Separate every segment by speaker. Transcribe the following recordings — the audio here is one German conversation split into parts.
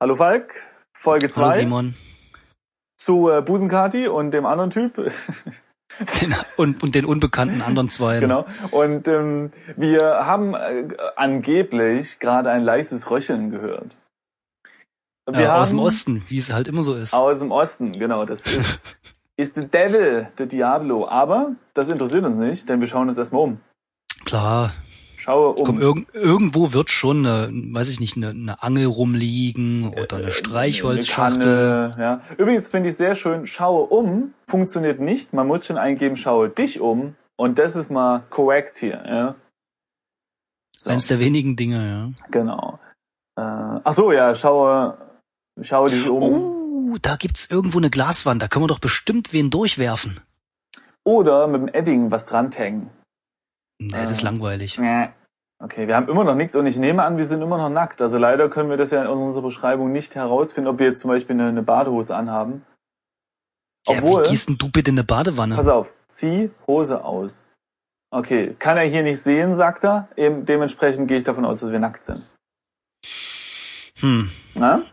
Speaker 1: Hallo Falk, Folge
Speaker 2: Hallo
Speaker 1: 2
Speaker 2: Simon.
Speaker 1: zu äh, Busenkati und dem anderen Typ.
Speaker 2: Den, und, und den unbekannten anderen zwei.
Speaker 1: genau. Und ähm, wir haben äh, angeblich gerade ein leises Röcheln gehört.
Speaker 2: Äh, aus dem Osten, wie es halt immer so ist.
Speaker 1: Aus dem Osten, genau. Das ist, ist the Devil, the Diablo. Aber das interessiert uns nicht, denn wir schauen uns erstmal um.
Speaker 2: Klar,
Speaker 1: Schaue um.
Speaker 2: komm, irg irgendwo wird schon, eine, weiß ich nicht, eine, eine Angel rumliegen oder eine
Speaker 1: Äh,
Speaker 2: Streichholzschachtel.
Speaker 1: Eine Kanne, ja. Übrigens finde ich sehr schön, schaue um, funktioniert nicht. Man muss schon eingeben, schaue dich um. Und das ist mal correct hier. Ja. So,
Speaker 2: Eins der wenigen Dinge, ja.
Speaker 1: genau. Äh, ach so, ja, schaue, schaue dich um.
Speaker 2: Oh, da gibt's irgendwo eine Glaswand, da können wir doch bestimmt wen durchwerfen.
Speaker 1: Oder mit dem Edding was dran tangen.
Speaker 2: Nee, das ist
Speaker 1: Ähm.
Speaker 2: langweilig.
Speaker 1: Okay, wir haben immer noch nichts und ich nehme an, wir sind immer noch nackt. Also leider können wir das ja in unserer Beschreibung nicht herausfinden, ob wir jetzt zum Beispiel eine, eine Badehose anhaben.
Speaker 2: ja,
Speaker 1: Obwohl, Also-
Speaker 2: wie ne? gehst denn du bitte in eine Badewanne?
Speaker 1: pass auf, zieh Hose aus. Okay, kann er hier nicht sehen, sagt er. Eben, dementsprechend gehe ich davon aus, dass wir nackt sind.
Speaker 2: Hm,
Speaker 1: Na? Ah?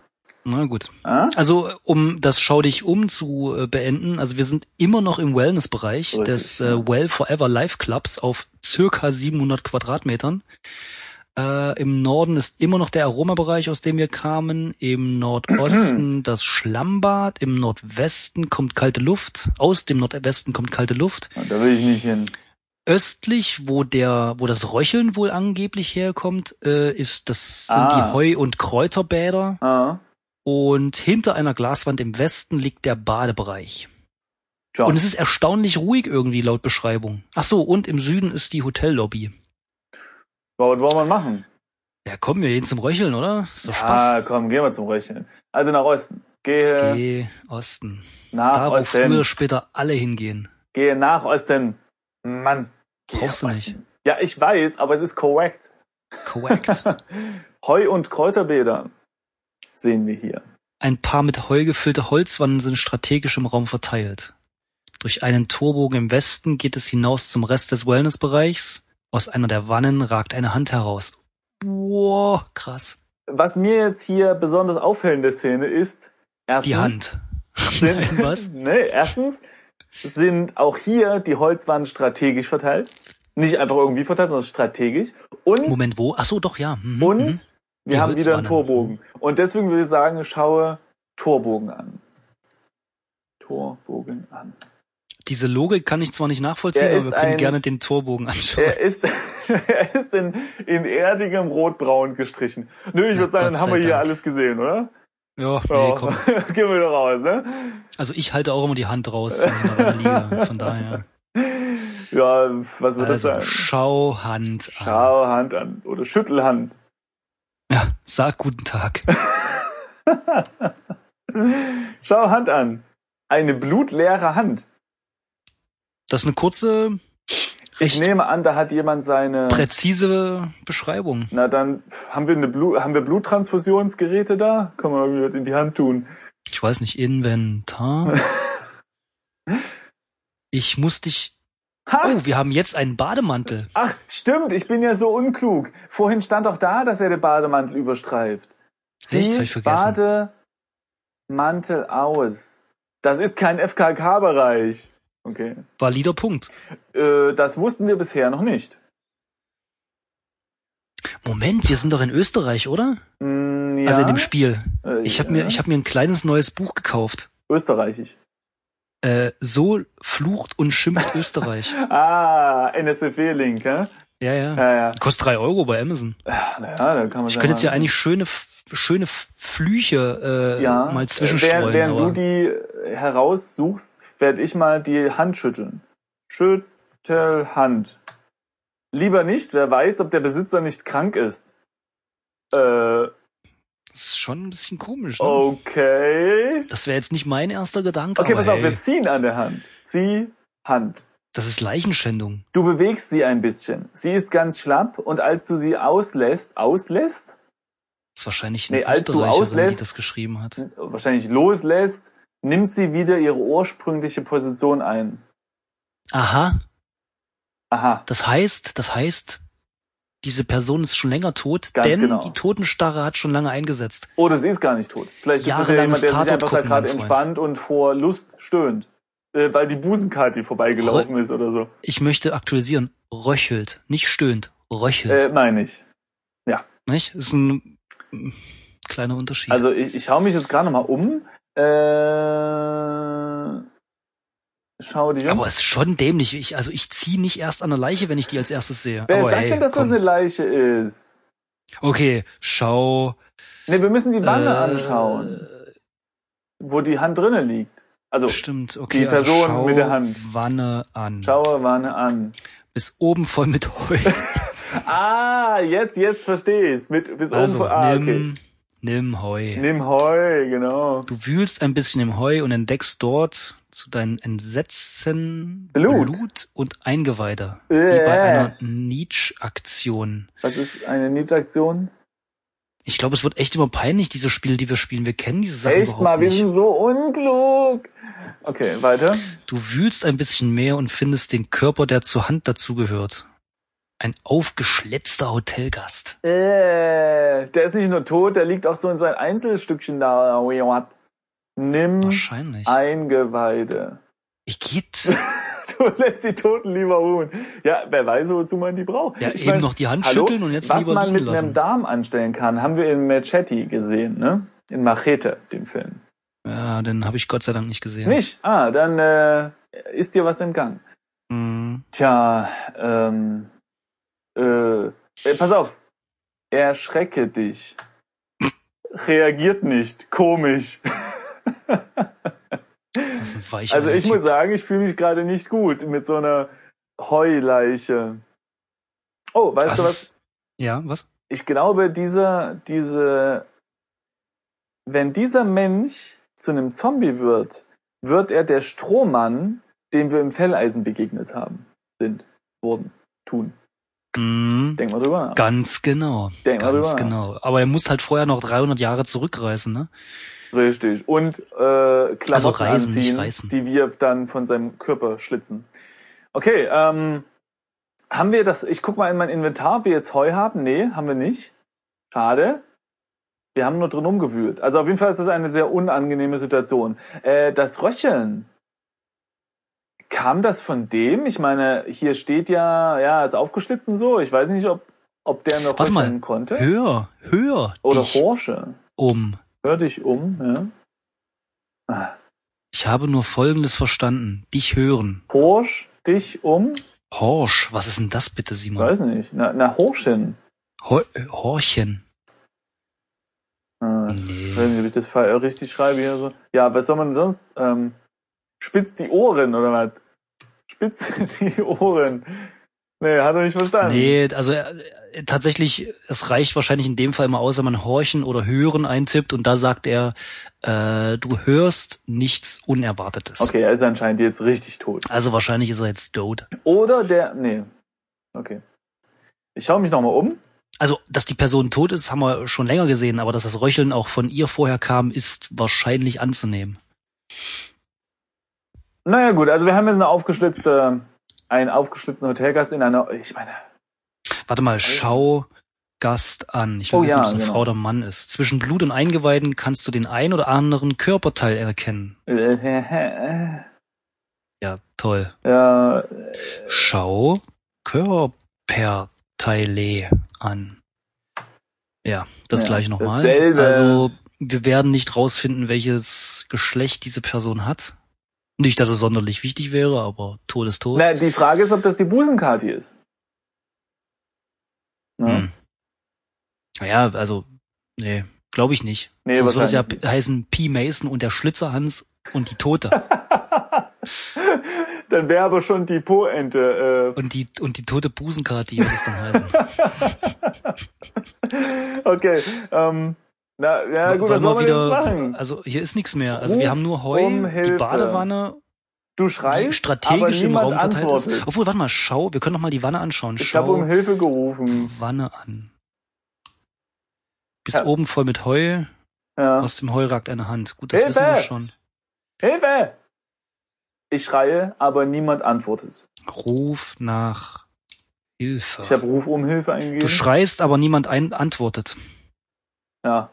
Speaker 2: na gut.
Speaker 1: Na?
Speaker 2: Also, um das Schau dich um zu äh, beenden, also wir sind immer noch im Wellness-Bereich
Speaker 1: Richtig,
Speaker 2: des
Speaker 1: ja.
Speaker 2: äh, Well Forever Life Clubs auf circa 700 Quadratmetern. Äh, Im Norden ist immer noch der Aromabereich, aus dem wir kamen. Im Nordosten das Schlammbad. Im Nordwesten kommt kalte Luft. Aus dem Nordwesten kommt kalte Luft.
Speaker 1: Da will ich nicht hin.
Speaker 2: Östlich, wo der, wo das Röcheln wohl angeblich herkommt, äh, ist das sind
Speaker 1: Ah.
Speaker 2: die Heu- und Kräuterbäder.
Speaker 1: Ah,
Speaker 2: Und hinter einer Glaswand im Westen liegt der Badebereich.
Speaker 1: tja.
Speaker 2: Und es ist erstaunlich ruhig irgendwie laut Beschreibung. Ach so, und im Süden ist die Hotellobby.
Speaker 1: Ja, Was wollen wir machen?
Speaker 2: Ja, komm, wir gehen zum Röcheln, oder? Ist doch Spaß.
Speaker 1: Ah, komm, gehen wir zum Röcheln. Also nach Osten. Gehe
Speaker 2: Geh Osten.
Speaker 1: äh, nach
Speaker 2: Da, wo
Speaker 1: Osten.
Speaker 2: früher später alle hingehen.
Speaker 1: Gehe nach Osten. Mann. Gehe
Speaker 2: Brauchst du
Speaker 1: nach
Speaker 2: nicht.
Speaker 1: Osten. Ja, ich weiß, aber es ist korrekt.
Speaker 2: Correct.
Speaker 1: Heu- und Kräuterbäder sehen wir hier.
Speaker 2: Ein paar mit Heu gefüllte Holzwannen sind strategisch im Raum verteilt. Durch einen Torbogen im Westen geht es hinaus zum Rest des Wellnessbereichs. Aus einer der Wannen ragt eine Hand heraus. Wow, krass.
Speaker 1: Was mir jetzt hier besonders auffällt in der Szene ist, erstens,
Speaker 2: Die Hand.
Speaker 1: Sind,
Speaker 2: Was?
Speaker 1: Nee, erstens sind auch hier die Holzwannen strategisch verteilt. Nicht einfach irgendwie verteilt, sondern strategisch. Und,
Speaker 2: Moment, wo? Ach so, doch, ja. Mhm,
Speaker 1: und
Speaker 2: mhm.
Speaker 1: wir
Speaker 2: Die
Speaker 1: haben wieder einen
Speaker 2: Holzwanne.
Speaker 1: Torbogen. Und deswegen würde ich sagen, schaue Torbogen an. Torbogen an.
Speaker 2: Diese Logik kann ich zwar nicht nachvollziehen,
Speaker 1: Er
Speaker 2: aber
Speaker 1: ist
Speaker 2: wir können
Speaker 1: ein-
Speaker 2: gerne den Torbogen anschauen.
Speaker 1: Er ist, er ist in, in erdigem Rotbraun gestrichen. Nö, ich
Speaker 2: Na,
Speaker 1: würde sagen, dann
Speaker 2: Gott
Speaker 1: haben wir
Speaker 2: sei
Speaker 1: hier
Speaker 2: Dank.
Speaker 1: alles gesehen, oder?
Speaker 2: Ja,
Speaker 1: Ja, Oh.
Speaker 2: nee, komm.
Speaker 1: gehen wir doch raus, ne?
Speaker 2: Also ich halte auch immer die Hand raus in der Liga, von daher.
Speaker 1: Ja, was wird das
Speaker 2: Also,
Speaker 1: sein?
Speaker 2: schau Hand an.
Speaker 1: Schau Hand an oder Schüttelhand.
Speaker 2: Ja, sag guten Tag.
Speaker 1: Schau Hand an. Eine blutleere Hand.
Speaker 2: Das ist eine kurze,
Speaker 1: Ich
Speaker 2: recht
Speaker 1: nehme an, da hat jemand seine.
Speaker 2: präzise Beschreibung.
Speaker 1: Na dann haben wir eine Blut, haben wir Bluttransfusionsgeräte da? Können wir irgendwie was in die Hand tun?
Speaker 2: Ich weiß nicht, Inventar. Ich muss dich.
Speaker 1: Ha!
Speaker 2: Oh, wir haben jetzt einen Bademantel.
Speaker 1: Ach, stimmt. Ich bin ja so unklug. Vorhin stand auch da, dass er den Bademantel überstreift.
Speaker 2: Echt? Hab
Speaker 1: Zieh
Speaker 2: ich vergessen.
Speaker 1: Bademantel aus. Das ist kein FKK-Bereich. Okay.
Speaker 2: Valider Punkt.
Speaker 1: Äh, das wussten wir bisher noch nicht.
Speaker 2: Moment, wir sind doch in Österreich, oder?
Speaker 1: Mm, ja.
Speaker 2: Also in dem Spiel.
Speaker 1: Äh,
Speaker 2: Ich habe
Speaker 1: ja.
Speaker 2: mir, ich hab mir ein kleines neues Buch gekauft.
Speaker 1: Österreichisch.
Speaker 2: Äh, so flucht und schimpft Österreich.
Speaker 1: Ah, NSFW-Link, ja?
Speaker 2: Ja, ja.
Speaker 1: Ja, ja.
Speaker 2: Kostet drei Euro bei Amazon.
Speaker 1: Naja, dann kann man
Speaker 2: Ich könnte jetzt ja eigentlich schöne, schöne Flüche äh,
Speaker 1: ja,
Speaker 2: mal
Speaker 1: während,
Speaker 2: zwischenstreuen.
Speaker 1: während du
Speaker 2: aber
Speaker 1: die heraussuchst, werde ich mal die Hand schütteln. Schüttel Hand. Lieber nicht, wer weiß, ob der Besitzer nicht krank ist.
Speaker 2: Hm.
Speaker 1: Äh,
Speaker 2: das ist schon ein bisschen komisch. Ne?
Speaker 1: okay.
Speaker 2: Das wäre jetzt nicht mein erster Gedanke.
Speaker 1: Oh. Okay,
Speaker 2: aber
Speaker 1: pass auf,
Speaker 2: hey,
Speaker 1: wir ziehen an der Hand. Zieh Hand.
Speaker 2: Das ist Leichenschändung.
Speaker 1: Du bewegst sie ein bisschen. Sie ist ganz schlapp und als du sie auslässt, auslässt?
Speaker 2: Das ist wahrscheinlich
Speaker 1: Nee,
Speaker 2: eine
Speaker 1: als du
Speaker 2: Österreicherin,
Speaker 1: auslässt-
Speaker 2: die das geschrieben hat.
Speaker 1: wahrscheinlich loslässt, nimmt sie wieder ihre ursprüngliche Position ein.
Speaker 2: Aha,
Speaker 1: Aha.
Speaker 2: das heißt, das heißt, diese Person ist schon länger tot,
Speaker 1: Ganz
Speaker 2: denn
Speaker 1: genau.
Speaker 2: die Totenstarre hat schon lange eingesetzt.
Speaker 1: Oder sie ist gar nicht tot. Vielleicht ist es ja
Speaker 2: Jahrelanges
Speaker 1: jemand, der sich einfach da
Speaker 2: Tatort-Gucken,
Speaker 1: gerade
Speaker 2: mein Freund.
Speaker 1: entspannt und vor Lust stöhnt. Äh, weil die Busenkati vorbeigelaufen ist oder so.
Speaker 2: Ich möchte aktualisieren, röchelt, nicht stöhnt, röchelt,
Speaker 1: Äh, meine ich.
Speaker 2: nicht? Ist ein mm, kleiner Unterschied.
Speaker 1: Also ich, ich schaue mich jetzt gerade nochmal um. Äh, schau dich um.
Speaker 2: aber es ist schon dämlich. Ich, also ich ziehe nicht erst an der Leiche, wenn ich die als erstes sehe.
Speaker 1: Wer
Speaker 2: aber
Speaker 1: sagt
Speaker 2: hey,
Speaker 1: denn, dass
Speaker 2: komm.
Speaker 1: das eine Leiche ist?
Speaker 2: Okay, schau.
Speaker 1: Ne, wir müssen die Wanne
Speaker 2: äh,
Speaker 1: anschauen, wo die Hand drinnen liegt. Also,
Speaker 2: Stimmt, okay.
Speaker 1: Die
Speaker 2: also
Speaker 1: Person
Speaker 2: schau
Speaker 1: mit der Hand.
Speaker 2: Wanne an.
Speaker 1: schaue Wanne an.
Speaker 2: Bis oben voll mit Heu.
Speaker 1: Ah, jetzt, jetzt verstehe ich's. Mit, bis oben.
Speaker 2: also
Speaker 1: vor- Ah, okay.
Speaker 2: nimm, nimm Heu.
Speaker 1: Nimm Heu, genau.
Speaker 2: Du wühlst ein bisschen im Heu und entdeckst dort zu deinen Entsetzen
Speaker 1: Blut.
Speaker 2: und Eingeweide. Wie bei
Speaker 1: Äh,
Speaker 2: einer Nietzsche-Aktion.
Speaker 1: was ist eine Nietzaktion?
Speaker 2: Ich glaube, es wird echt immer peinlich, diese Spiele, die wir spielen. Wir kennen diese Sachen
Speaker 1: Echt
Speaker 2: überhaupt
Speaker 1: mal, wir
Speaker 2: nicht.
Speaker 1: sind so unklug. Okay, weiter.
Speaker 2: Du wühlst ein bisschen mehr und findest den Körper, der zur Hand dazugehört. Ein aufgeschlitzter Hotelgast.
Speaker 1: Äh, der ist nicht nur tot, der liegt auch so in sein Einzelstückchen da. oh Nimm
Speaker 2: Wahrscheinlich.
Speaker 1: Ah. Eingeweide.
Speaker 2: Ich geht.
Speaker 1: Du lässt die Toten lieber ruhen. Ja, wer weiß, wozu man die braucht.
Speaker 2: Ja,
Speaker 1: Ich
Speaker 2: eben
Speaker 1: mein,
Speaker 2: noch die Hand
Speaker 1: hallo,
Speaker 2: schütteln und jetzt
Speaker 1: was
Speaker 2: lieber
Speaker 1: man
Speaker 2: liegen
Speaker 1: mit
Speaker 2: lassen.
Speaker 1: einem Darm anstellen kann, haben wir in Machete gesehen, ne? In Machete, dem Film.
Speaker 2: ja, den habe ich Gott sei Dank nicht gesehen.
Speaker 1: Nicht? Ah, dann äh, ist dir was entgangen.
Speaker 2: Hm,
Speaker 1: Tja, ähm, äh, äh, pass auf. Erschrecke dich. Reagiert nicht. Komisch.
Speaker 2: das ist ein weicher
Speaker 1: also ich
Speaker 2: Typ.
Speaker 1: muss sagen, ich fühle mich gerade nicht gut mit so einer Heuleiche. Oh, weißt du was?
Speaker 2: Ja, was?
Speaker 1: ich glaube, dieser, diese, wenn dieser Mensch zu einem Zombie wird, wird er der Strohmann, dem wir im Felleisen begegnet haben, sind, wurden, tun.
Speaker 2: Hm,
Speaker 1: Denk mal drüber nach.
Speaker 2: ganz genau.
Speaker 1: Denk mal drüber
Speaker 2: Ganz
Speaker 1: nach.
Speaker 2: genau. Aber er muss halt vorher noch 300 Jahre zurückreisen, ne?
Speaker 1: Richtig. Und äh, Klamotten
Speaker 2: Also reisen, nicht
Speaker 1: anziehen,
Speaker 2: reißen.
Speaker 1: die wir dann von seinem Körper schlitzen. Okay, ähm, haben wir das, ich guck mal in mein Inventar, ob wir jetzt Heu haben. Nee, haben wir nicht. Schade. Wir haben nur drin umgewühlt. Also auf jeden Fall ist das eine sehr unangenehme Situation. Äh, das Röcheln. Kam das von dem? Ich meine, hier steht ja, ja, ist aufgeschlitzt und so. Ich weiß nicht, ob, ob der noch
Speaker 2: Warte mal.
Speaker 1: röcheln konnte.
Speaker 2: Hör, hör
Speaker 1: Oder
Speaker 2: dich
Speaker 1: Horsche.
Speaker 2: um.
Speaker 1: Hör dich um, ja.
Speaker 2: Ich habe nur Folgendes verstanden. Dich hören.
Speaker 1: Horsch dich um?
Speaker 2: Horsch. Was ist denn das bitte, Simon?
Speaker 1: Weiß nicht. Na, na Horschen.
Speaker 2: Ho äh, Horchen.
Speaker 1: Äh, ich weiß
Speaker 2: Nee.
Speaker 1: nicht, ob ich das fa- äh, richtig schreibe hier so. Ja, was soll man denn sonst? Ähm, spitz die Ohren oder was? Spitz die Ohren. Nee, hat er nicht verstanden.
Speaker 2: Nee, also äh, tatsächlich, es reicht wahrscheinlich in dem Fall immer aus, wenn man Horchen oder Hören eintippt und da sagt er, äh, du hörst nichts Unerwartetes.
Speaker 1: Okay, er ist anscheinend jetzt richtig tot.
Speaker 2: Also wahrscheinlich ist er jetzt tot.
Speaker 1: Oder der. Nee. Okay. Ich schaue mich nochmal um.
Speaker 2: Also, dass die Person tot ist, haben wir schon länger gesehen, aber dass das Röcheln auch von ihr vorher kam, ist wahrscheinlich anzunehmen.
Speaker 1: Naja gut, also wir haben jetzt eine aufgeschlitzte, einen aufgeschlitzten Hotelgast in einer. Ich meine,
Speaker 2: Warte mal, schau Gast an. Ich will
Speaker 1: Oh
Speaker 2: wissen,
Speaker 1: ja,
Speaker 2: ob es eine
Speaker 1: genau.
Speaker 2: Frau oder Mann ist. Zwischen Blut und Eingeweiden kannst du den ein oder anderen Körperteil erkennen.
Speaker 1: äh,
Speaker 2: Ja, toll.
Speaker 1: ja,
Speaker 2: Schau Körperteile an. Ja, das
Speaker 1: Ja,
Speaker 2: gleich nochmal.
Speaker 1: dasselbe.
Speaker 2: Also, wir werden nicht rausfinden, welches Geschlecht diese Person hat. Nicht, dass es sonderlich wichtig wäre, aber Tod ist tot.
Speaker 1: Na, die Frage ist, ob das die Busenkati ist. Ne?
Speaker 2: Hm. Naja, also, nee, glaube ich nicht.
Speaker 1: Nee,
Speaker 2: Sonst würde es ja
Speaker 1: wahrscheinlich
Speaker 2: p- heißen P. Mason und der Schlitzerhans und die Tote.
Speaker 1: Dann wäre aber schon die Po-Ente.
Speaker 2: und die, und die tote Busenkarte würde es dann heißen.
Speaker 1: Äh, okay. Ähm, na, ja gut, was soll
Speaker 2: Wollen
Speaker 1: man
Speaker 2: wir
Speaker 1: jetzt machen?
Speaker 2: Also, hier ist nichts mehr. Also, wir
Speaker 1: Ruf
Speaker 2: haben nur Heu,
Speaker 1: um
Speaker 2: die
Speaker 1: Hilfe.
Speaker 2: Badewanne,
Speaker 1: Du
Speaker 2: die
Speaker 1: schreist, aber
Speaker 2: strategisch im
Speaker 1: niemand
Speaker 2: Raum verteilt
Speaker 1: antwortet.
Speaker 2: ist. Obwohl, warte mal, schau, wir können noch mal die Wanne anschauen.
Speaker 1: Ich habe um
Speaker 2: Schau
Speaker 1: Hilfe gerufen.
Speaker 2: Wanne an. Bis
Speaker 1: Ja.
Speaker 2: oben voll mit Heu,
Speaker 1: Ja.
Speaker 2: aus dem Heu ragt eine Hand. Gut, das
Speaker 1: Hilfe!
Speaker 2: wissen wir schon.
Speaker 1: Hilfe! Ich schreie, aber niemand antwortet.
Speaker 2: Ruf nach Hilfe.
Speaker 1: Ich habe Ruf um Hilfe
Speaker 2: Du
Speaker 1: eingegeben.
Speaker 2: schreist, aber niemand ein antwortet.
Speaker 1: Ja,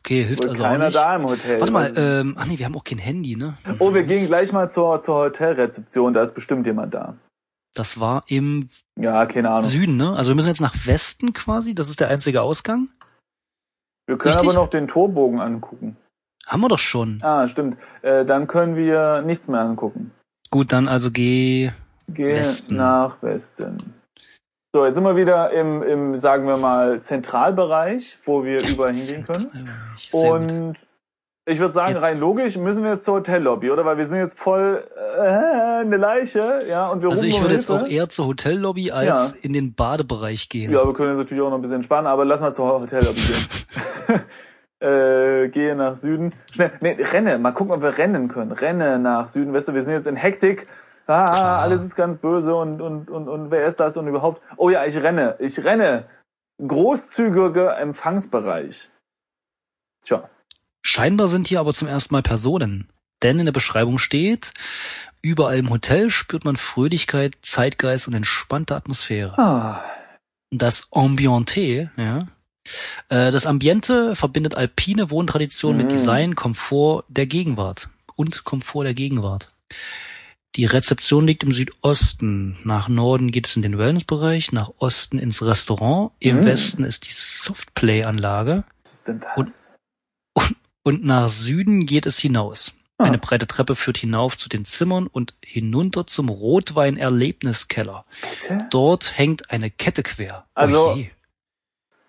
Speaker 2: Okay, hilft
Speaker 1: wohl
Speaker 2: also auch
Speaker 1: keiner
Speaker 2: nicht.
Speaker 1: da im Hotel.
Speaker 2: Warte mal, ähm, ach nee, wir haben auch kein Handy, ne?
Speaker 1: Äh, oh, wir gehen gleich mal zur, zur Hotelrezeption, da ist bestimmt jemand da.
Speaker 2: Das war im
Speaker 1: Ja, keine Ahnung.
Speaker 2: Süden, ne? Also wir müssen jetzt nach Westen quasi, das ist der einzige Ausgang.
Speaker 1: wir können
Speaker 2: richtig?
Speaker 1: aber noch den Torbogen angucken.
Speaker 2: Haben wir doch schon.
Speaker 1: Ah, stimmt. Äh, dann können wir nichts mehr angucken.
Speaker 2: Gut, dann also geh
Speaker 1: Geh
Speaker 2: Westen.
Speaker 1: nach Westen. So, jetzt sind wir wieder im, im, sagen wir mal, Zentralbereich, wo wir überall hingehen können.
Speaker 2: Sehr gut.
Speaker 1: Und ich würde sagen,
Speaker 2: Jetzt-
Speaker 1: rein logisch müssen wir jetzt zur Hotellobby, oder? Weil wir sind jetzt voll äh, eine Leiche, ja, und wir
Speaker 2: Also
Speaker 1: rufen
Speaker 2: ich
Speaker 1: um
Speaker 2: würde jetzt
Speaker 1: Hilfe.
Speaker 2: auch eher zur Hotellobby als in den Badebereich gehen.
Speaker 1: ja, wir können jetzt natürlich auch noch ein bisschen entspannen, aber lass mal zur Hotellobby gehen. äh, gehe nach Süden. Schnell, nee, renne, mal gucken, ob wir rennen können. Renne nach Süden, weißt du, wir sind jetzt in Hektik. Ah,
Speaker 2: Klar.
Speaker 1: alles ist ganz böse und, und, und, und wer ist das und überhaupt? Oh ja, ich renne, ich renne. Großzügiger Empfangsbereich. Tja,
Speaker 2: Scheinbar sind hier aber zum ersten Mal Personen. Denn in der Beschreibung steht, überall im Hotel spürt man Fröhlichkeit, Zeitgeist und entspannte Atmosphäre.
Speaker 1: ah,
Speaker 2: Das Ambiente, ja. Äh, Das Ambiente verbindet alpine Wohntradition
Speaker 1: Mhm.
Speaker 2: mit Design, Komfort der Gegenwart und Komfort der Gegenwart. Die Rezeption liegt im Südosten. Nach Norden geht es in den Wellnessbereich, nach Osten ins Restaurant, im
Speaker 1: Mhm.
Speaker 2: Westen ist die Softplay-Anlage
Speaker 1: was ist denn das?
Speaker 2: Und- und nach Süden geht es hinaus.
Speaker 1: Ah.
Speaker 2: Eine breite Treppe führt hinauf zu den Zimmern und hinunter zum Rotwein-Erlebniskeller.
Speaker 1: Bitte?
Speaker 2: Dort hängt eine Kette quer.
Speaker 1: Also-
Speaker 2: Oje.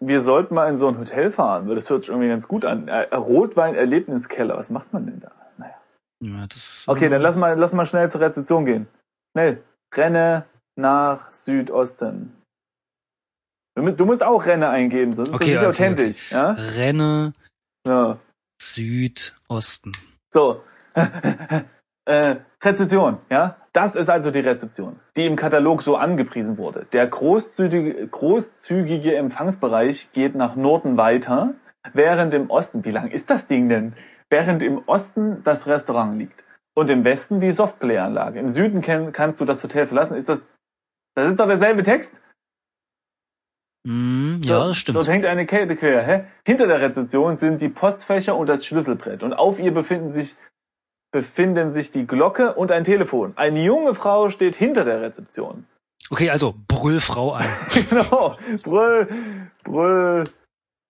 Speaker 1: Wir sollten mal in so ein Hotel fahren, weil das hört sich irgendwie ganz gut an. Äh, Rotwein-Erlebniskeller, was macht man denn da? Naja.
Speaker 2: ja, das,
Speaker 1: Okay,
Speaker 2: äh,
Speaker 1: dann lass mal, lass mal schnell zur Rezeption gehen. Schnell. Renne nach Südosten. Du mu- du musst auch Renne eingeben, sonst ist
Speaker 2: Okay,
Speaker 1: das nicht
Speaker 2: okay,
Speaker 1: authentisch. Ja?
Speaker 2: Renne
Speaker 1: Ja.
Speaker 2: Südosten.
Speaker 1: So. äh, Rezeption, ja? Das ist also die Rezeption, die im Katalog so angepriesen wurde. Der großzügige, großzügige Empfangsbereich geht nach Norden weiter, während im Osten, wie lang ist das Ding denn? Während im Osten das Restaurant liegt und im Westen die Softplay-Anlage. Im Süden ken- kannst du das Hotel verlassen. Ist das, das ist doch derselbe Text?
Speaker 2: Mm, ja,
Speaker 1: Dort-
Speaker 2: das stimmt.
Speaker 1: Dort hängt eine Kette quer. Hä? Hinter der Rezeption sind die Postfächer und das Schlüsselbrett. Und auf ihr befinden sich, befinden sich die Glocke und ein Telefon. Eine junge Frau steht hinter der Rezeption.
Speaker 2: Okay, also brüll Frau an.
Speaker 1: genau. Brüll, brüll,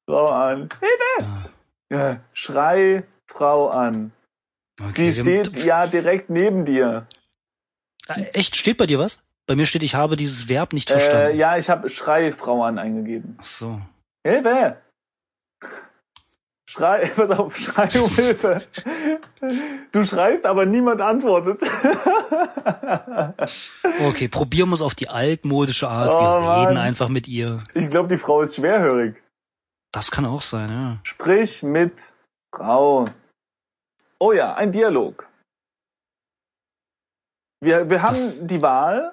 Speaker 1: Frau an.
Speaker 2: Ja.
Speaker 1: Ja, Schrei, Frau an.
Speaker 2: Okay,
Speaker 1: Sie
Speaker 2: wir-
Speaker 1: steht ja direkt neben dir.
Speaker 2: Äh, Echt, steht bei dir was? Bei mir steht, ich habe dieses Verb nicht
Speaker 1: Äh,
Speaker 2: verstanden.
Speaker 1: ja, ich habe Schrei, Frau an eingegeben.
Speaker 2: Ach so.
Speaker 1: Hilfe! Schrei, pass auf, schrei um Hilfe. Du schreist, aber niemand antwortet.
Speaker 2: Okay, probieren wir es auf die altmodische Art.
Speaker 1: Oh,
Speaker 2: wir reden
Speaker 1: Mann.
Speaker 2: einfach mit ihr.
Speaker 1: Ich glaube, die Frau ist schwerhörig.
Speaker 2: Das kann auch sein, ja.
Speaker 1: Sprich mit Frau. Oh ja, ein Dialog. Wir, wir haben
Speaker 2: Das-
Speaker 1: die Wahl.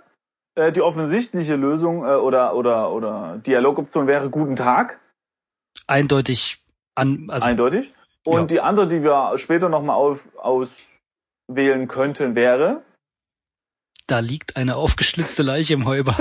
Speaker 1: Äh, die offensichtliche Lösung äh, oder, oder, oder Dialogoption wäre Guten Tag,
Speaker 2: Eindeutig an, also
Speaker 1: eindeutig. Und
Speaker 2: ja.
Speaker 1: die andere, die wir später nochmal auswählen könnten, wäre
Speaker 2: da liegt eine aufgeschlitzte Leiche im Heubad.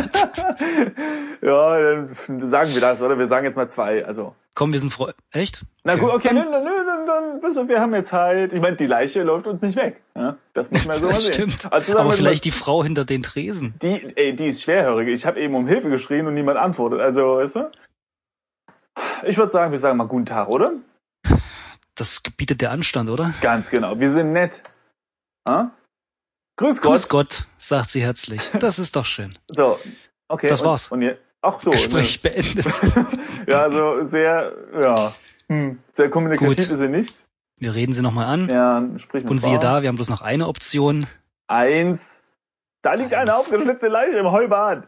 Speaker 1: ja, dann sagen wir das, oder? Wir sagen jetzt mal zwei. Also.
Speaker 2: Komm, wir sind Freunde. Echt?
Speaker 1: Na
Speaker 2: Okay.
Speaker 1: gut, okay, nö, nö, nö, dann, dann, weißt du, wir haben jetzt halt. Ich meine, die Leiche läuft uns nicht weg. Ja? Das muss man so mal
Speaker 2: Das
Speaker 1: sehen.
Speaker 2: stimmt.
Speaker 1: Also sagen
Speaker 2: Aber
Speaker 1: wir
Speaker 2: vielleicht die Frau hinter den Tresen.
Speaker 1: mal, die, ey, die ist schwerhörig. Ich habe eben um Hilfe geschrien und niemand antwortet. Also, weißt du? Ich würde sagen, wir sagen mal guten Tag, oder?
Speaker 2: Das gebietet der Anstand, oder?
Speaker 1: Ganz genau. Wir sind nett. Ja? Grüß Gott.
Speaker 2: Grüß Gott, sagt sie herzlich. Das ist doch schön.
Speaker 1: So. Okay.
Speaker 2: Das
Speaker 1: und,
Speaker 2: war's.
Speaker 1: Und ihr, ach so. ne.
Speaker 2: Gespräch beendet.
Speaker 1: Ja, also sehr, ja. Hm, sehr kommunikativ
Speaker 2: Gut.
Speaker 1: ist sie nicht.
Speaker 2: Wir reden sie nochmal an.
Speaker 1: Ja, sprich mit
Speaker 2: Und siehe
Speaker 1: Frau.
Speaker 2: da, wir haben bloß noch eine Option.
Speaker 1: Eins. Da liegt
Speaker 2: Eins.
Speaker 1: eine aufgeschlitzte Leiche im Heubad.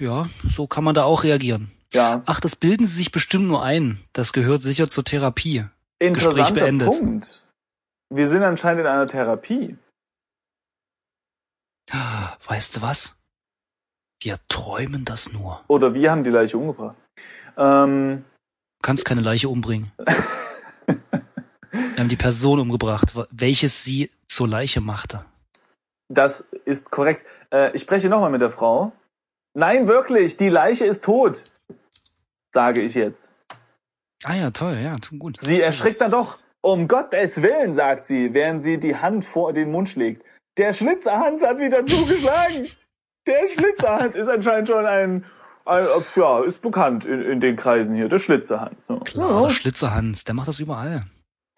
Speaker 2: Ja, so kann man da auch reagieren.
Speaker 1: Ja,
Speaker 2: Ach, das bilden sie sich bestimmt nur ein. Das gehört sicher zur Therapie.
Speaker 1: interessanter
Speaker 2: beendet.
Speaker 1: Punkt. Wir sind anscheinend in einer Therapie.
Speaker 2: Weißt du was? Wir träumen das nur.
Speaker 1: Oder wir haben die Leiche umgebracht. Ähm,
Speaker 2: Du kannst keine Leiche umbringen. Wir haben die Person umgebracht, welches sie zur Leiche machte.
Speaker 1: Das ist korrekt. Äh, ich spreche nochmal mit der Frau. Nein, wirklich, die Leiche ist tot, sage ich jetzt.
Speaker 2: Ah ja, toll, ja, tut gut.
Speaker 1: Sie erschrickt dann doch. Um Gottes Willen, sagt sie, während sie die Hand vor den Mund schlägt. Der Schlitzerhans hat wieder zugeschlagen. Der Schlitzerhans ist anscheinend schon ein, ein ja, ist bekannt in, in den Kreisen hier, der Schlitzerhans. ne?
Speaker 2: Klar,
Speaker 1: Ja,
Speaker 2: der Schlitzerhans, der macht das überall.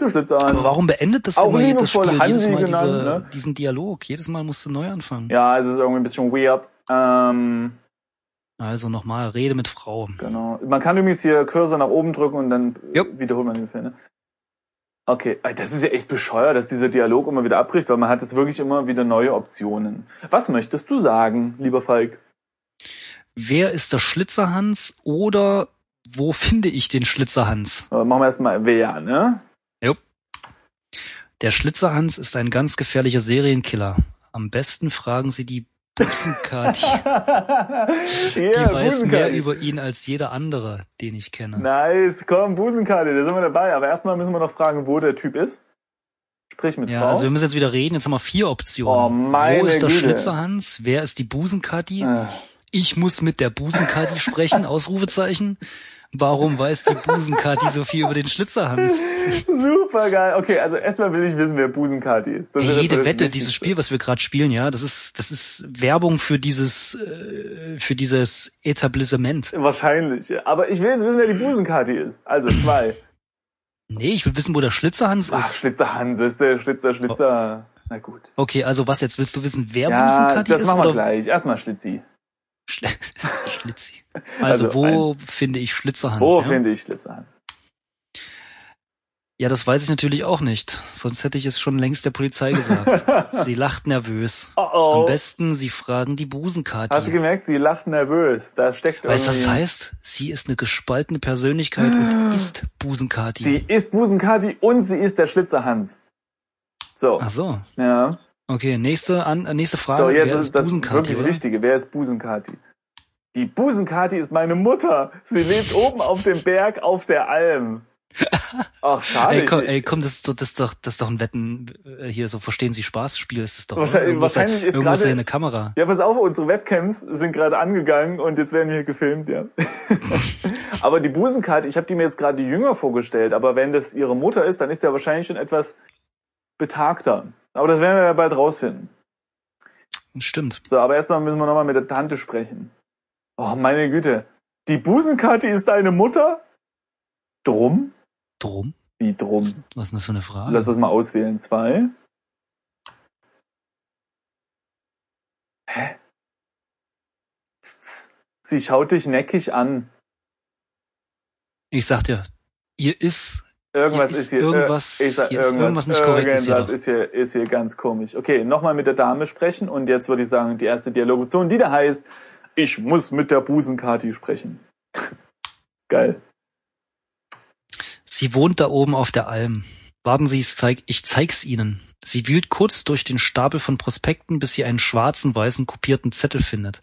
Speaker 1: der Schlitzerhans.
Speaker 2: Aber warum beendet das
Speaker 1: Auch
Speaker 2: immer jedes
Speaker 1: liebevoll
Speaker 2: Spiel, jedes
Speaker 1: Hansi
Speaker 2: Mal diese,
Speaker 1: genannt, ne?
Speaker 2: diesen Dialog? Jedes Mal musst du neu anfangen.
Speaker 1: Ja, es ist irgendwie ein bisschen weird. Ähm,
Speaker 2: Also nochmal, rede mit Frau.
Speaker 1: genau. Man kann übrigens hier Cursor nach oben drücken und dann
Speaker 2: Jo.
Speaker 1: wiederholt man den Film. Ne? Okay, Ey, das ist ja echt bescheuert, dass dieser Dialog immer wieder abbricht, weil man hat jetzt wirklich immer wieder neue Optionen. Was möchtest du sagen, lieber Falk?
Speaker 2: Wer ist der Schlitzerhans oder wo finde ich den Schlitzerhans?
Speaker 1: Äh, machen wir erstmal wer, ne?
Speaker 2: Der Schlitzerhans ist ein ganz gefährlicher Serienkiller. Am besten fragen Sie die Busenkati. Die
Speaker 1: yeah,
Speaker 2: weiß mehr
Speaker 1: Busenkarte.
Speaker 2: über ihn als jeder andere, den ich kenne.
Speaker 1: Nice, komm, Busenkarte, da sind wir dabei. Aber erstmal müssen wir noch fragen, wo der Typ ist. Sprich mit
Speaker 2: ja,
Speaker 1: Frau.
Speaker 2: also wir müssen jetzt wieder reden. Jetzt haben wir vier Optionen.
Speaker 1: Oh, meine
Speaker 2: Wo ist der
Speaker 1: Güte.
Speaker 2: Schlitzerhans? Wer ist die Busenkati?
Speaker 1: Äh.
Speaker 2: Ich muss mit der Busenkati sprechen, Ausrufezeichen. Warum weiß die Busenkati so viel über den Schlitzerhans?
Speaker 1: Super geil. Okay, also erstmal will ich wissen, wer Busenkati ist. Das ist
Speaker 2: Ey,
Speaker 1: erstmal
Speaker 2: jede
Speaker 1: das
Speaker 2: Wette,
Speaker 1: Wichtigste.
Speaker 2: dieses Spiel, was wir gerade spielen, ja, das ist, das ist Werbung für dieses, äh, für dieses Etablissement.
Speaker 1: Wahrscheinlich. ja. Aber ich will jetzt wissen, wer die Busenkati ist. Also zwei.
Speaker 2: Nee, ich will wissen, wo der Schlitzerhans
Speaker 1: Ach,
Speaker 2: ist.
Speaker 1: Schlitzerhans ist der Schlitzer, Schlitzer. Na gut.
Speaker 2: Okay, also was jetzt? Willst du wissen, wer
Speaker 1: Ja,
Speaker 2: Oh. Busenkati
Speaker 1: das
Speaker 2: ist?
Speaker 1: machen wir
Speaker 2: oder
Speaker 1: gleich. Erstmal Schlitzi.
Speaker 2: Schl Schlitzi. Also,
Speaker 1: Also
Speaker 2: wo finde ich Schlitzerhans?
Speaker 1: Wo
Speaker 2: ja?
Speaker 1: finde ich Schlitzerhans?
Speaker 2: ja, das weiß ich natürlich auch nicht. Sonst hätte ich es schon längst der Polizei gesagt. sie lacht nervös.
Speaker 1: Oh
Speaker 2: Am
Speaker 1: oh.
Speaker 2: besten, sie fragen die Busenkati.
Speaker 1: Hast du gemerkt, sie lacht nervös. Da steckt
Speaker 2: weißt du, was
Speaker 1: irgendwie-
Speaker 2: das heißt? Sie ist eine gespaltene Persönlichkeit und ist Busenkati.
Speaker 1: Ah. Sie ist Busenkati und sie ist der Schlitzerhans. So,
Speaker 2: Ach so.
Speaker 1: ja.
Speaker 2: Okay, nächste, an, äh, nächste Frage.
Speaker 1: So, jetzt
Speaker 2: Wer
Speaker 1: ist das
Speaker 2: Busenkati,
Speaker 1: wirklich
Speaker 2: oder?
Speaker 1: Wichtige. Wer ist Busenkati? Die Busenkati ist meine Mutter. Sie lebt oben auf dem Berg auf der Alm. Ach, schade.
Speaker 2: Ey, komm,
Speaker 1: ich-
Speaker 2: ey, komm das, ist doch- das, ist doch, das ist doch ein Wetten, äh, hier so verstehen Sie Spaßspiel ist es doch. oder?
Speaker 1: Wahrscheinlich-
Speaker 2: Irgendwo
Speaker 1: wahrscheinlich
Speaker 2: ist,
Speaker 1: ist
Speaker 2: da, irgendwo ist da
Speaker 1: gerade-
Speaker 2: eine Kamera.
Speaker 1: Ja, pass auf, unsere Webcams sind gerade angegangen und jetzt werden wir hier gefilmt, ja. aber die Busenkarte, ich habe die mir jetzt gerade jünger vorgestellt, aber wenn das ihre Mutter ist, dann ist er wahrscheinlich schon etwas betagter. Aber das werden wir ja bald rausfinden.
Speaker 2: Stimmt.
Speaker 1: So, aber erstmal müssen wir nochmal mit der Tante sprechen. Oh, meine Güte. Die Busenkarte ist deine Mutter? Drum?
Speaker 2: Drum?
Speaker 1: Wie drum?
Speaker 2: Was ist denn das für eine Frage?
Speaker 1: Lass das mal auswählen. Zwei. Hä? Tz, tz. Sie schaut dich neckig an.
Speaker 2: ich sag dir, ihr ist,
Speaker 1: Irgendwas
Speaker 2: Hier
Speaker 1: ist
Speaker 2: ist
Speaker 1: hier,
Speaker 2: irgendwas-
Speaker 1: äh, ich sag,
Speaker 2: hier ist irgendwas nicht korrekt, ist hier
Speaker 1: Irgendwas
Speaker 2: doch.
Speaker 1: ist hier, ist hier ganz komisch. Okay, nochmal mit der Dame sprechen und jetzt würde ich sagen, die erste Dialogoption, die da heißt, ich muss mit der Busenkati sprechen. Geil.
Speaker 2: sie wohnt da oben auf der Alm. Warten Sie, ich, zeig, ich zeig's Ihnen. Sie wühlt kurz durch den Stapel von Prospekten, bis sie einen schwarzen, weißen, kopierten Zettel findet.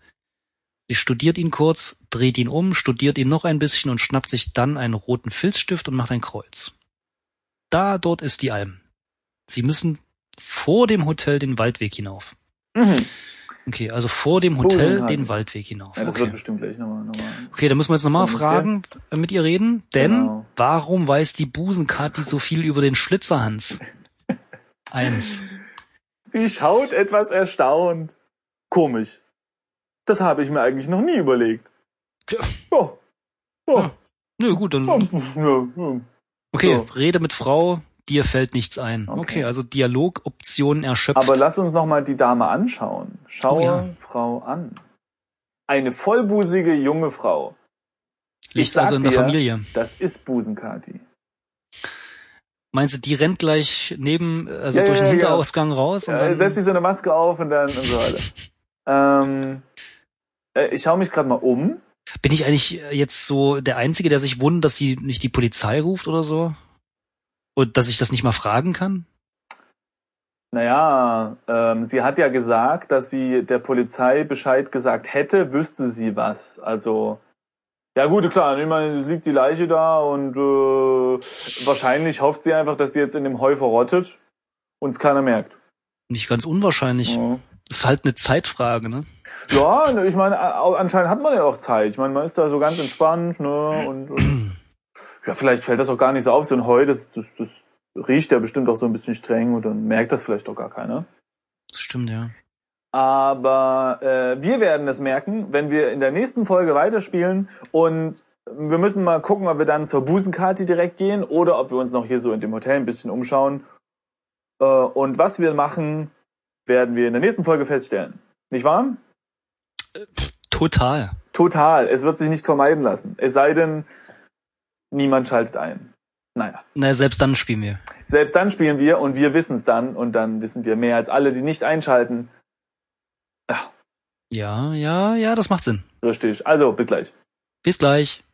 Speaker 2: Sie studiert ihn kurz, dreht ihn um, studiert ihn noch ein bisschen und schnappt sich dann einen roten Filzstift und macht ein Kreuz. Da, dort ist die Alm. Sie müssen vor dem Hotel den Waldweg hinauf.
Speaker 1: Mhm.
Speaker 2: Okay, also vor dem Hotel
Speaker 1: Bosenhagen.
Speaker 2: den Waldweg hinauf.
Speaker 1: Ja, das
Speaker 2: okay.
Speaker 1: wird bestimmt gleich nochmal. nochmal.
Speaker 2: Okay, da müssen wir jetzt nochmal
Speaker 1: Komm,
Speaker 2: fragen, äh, mit ihr reden, denn
Speaker 1: Genau.
Speaker 2: warum weiß die Busenkati so viel über den Schlitzerhans? Eins.
Speaker 1: Sie schaut etwas erstaunt. Komisch. Das habe ich mir eigentlich noch nie überlegt.
Speaker 2: Tja. Hm,
Speaker 1: Oh. Oh.
Speaker 2: Ja. Nö, gut,
Speaker 1: Oh.
Speaker 2: dann,
Speaker 1: Ja, ja.
Speaker 2: okay,
Speaker 1: so.
Speaker 2: rede mit Frau, dir fällt nichts ein.
Speaker 1: Okay.
Speaker 2: Okay, also Dialogoptionen erschöpft.
Speaker 1: Aber lass uns noch mal die Dame anschauen. Schaue
Speaker 2: Oh ja.
Speaker 1: Frau an. Eine vollbusige junge Frau. ich
Speaker 2: Liegt
Speaker 1: sag
Speaker 2: also in der
Speaker 1: dir-
Speaker 2: Familie.
Speaker 1: Das ist Busenkati.
Speaker 2: Meinst du, die rennt gleich neben, also
Speaker 1: Ja,
Speaker 2: durch den
Speaker 1: ja, ja.
Speaker 2: Hinterausgang raus? Und
Speaker 1: Äh,
Speaker 2: dann,
Speaker 1: setzt sich so eine Maske auf und dann und so weiter. ähm, äh, ich schaue mich gerade mal um.
Speaker 2: bin ich eigentlich äh, jetzt so der Einzige, der sich wundert, dass sie nicht die Polizei ruft oder so? Und dass ich das nicht mal fragen kann?
Speaker 1: Naja, ähm, sie hat ja gesagt, dass sie der Polizei Bescheid gesagt hätte, wüsste sie was. Also, ja gut, klar, ich meine, es liegt die Leiche da und äh, wahrscheinlich hofft sie einfach, dass die jetzt in dem Heu verrottet und es keiner merkt.
Speaker 2: Nicht ganz unwahrscheinlich.
Speaker 1: Ja.
Speaker 2: Das ist halt eine Zeitfrage, ne?
Speaker 1: Ja, ne, ich meine, a- anscheinend hat man ja auch Zeit. Ich meine, man ist da so ganz entspannt, ne? Und, und ja, vielleicht fällt das auch gar nicht so auf. So ein Heu, das, das, das riecht ja bestimmt auch so ein bisschen streng und dann merkt das vielleicht auch gar keiner.
Speaker 2: Das stimmt, ja.
Speaker 1: Aber äh, wir werden das merken, wenn wir in der nächsten Folge weiterspielen und wir müssen mal gucken, ob wir dann zur Busenkarte direkt gehen oder ob wir uns noch hier so in dem Hotel ein bisschen umschauen. Äh, und was wir machen, werden wir in der nächsten Folge feststellen. Nicht wahr?
Speaker 2: Total.
Speaker 1: Total. Es wird sich nicht vermeiden lassen. Es sei denn, niemand schaltet ein. Naja.
Speaker 2: Na, selbst dann spielen wir.
Speaker 1: Selbst dann spielen wir und wir wissen es dann und dann wissen wir mehr als alle, die nicht einschalten.
Speaker 2: Ja, ja, ja, das macht Sinn.
Speaker 1: Richtig. Also, bis gleich.
Speaker 2: Bis gleich.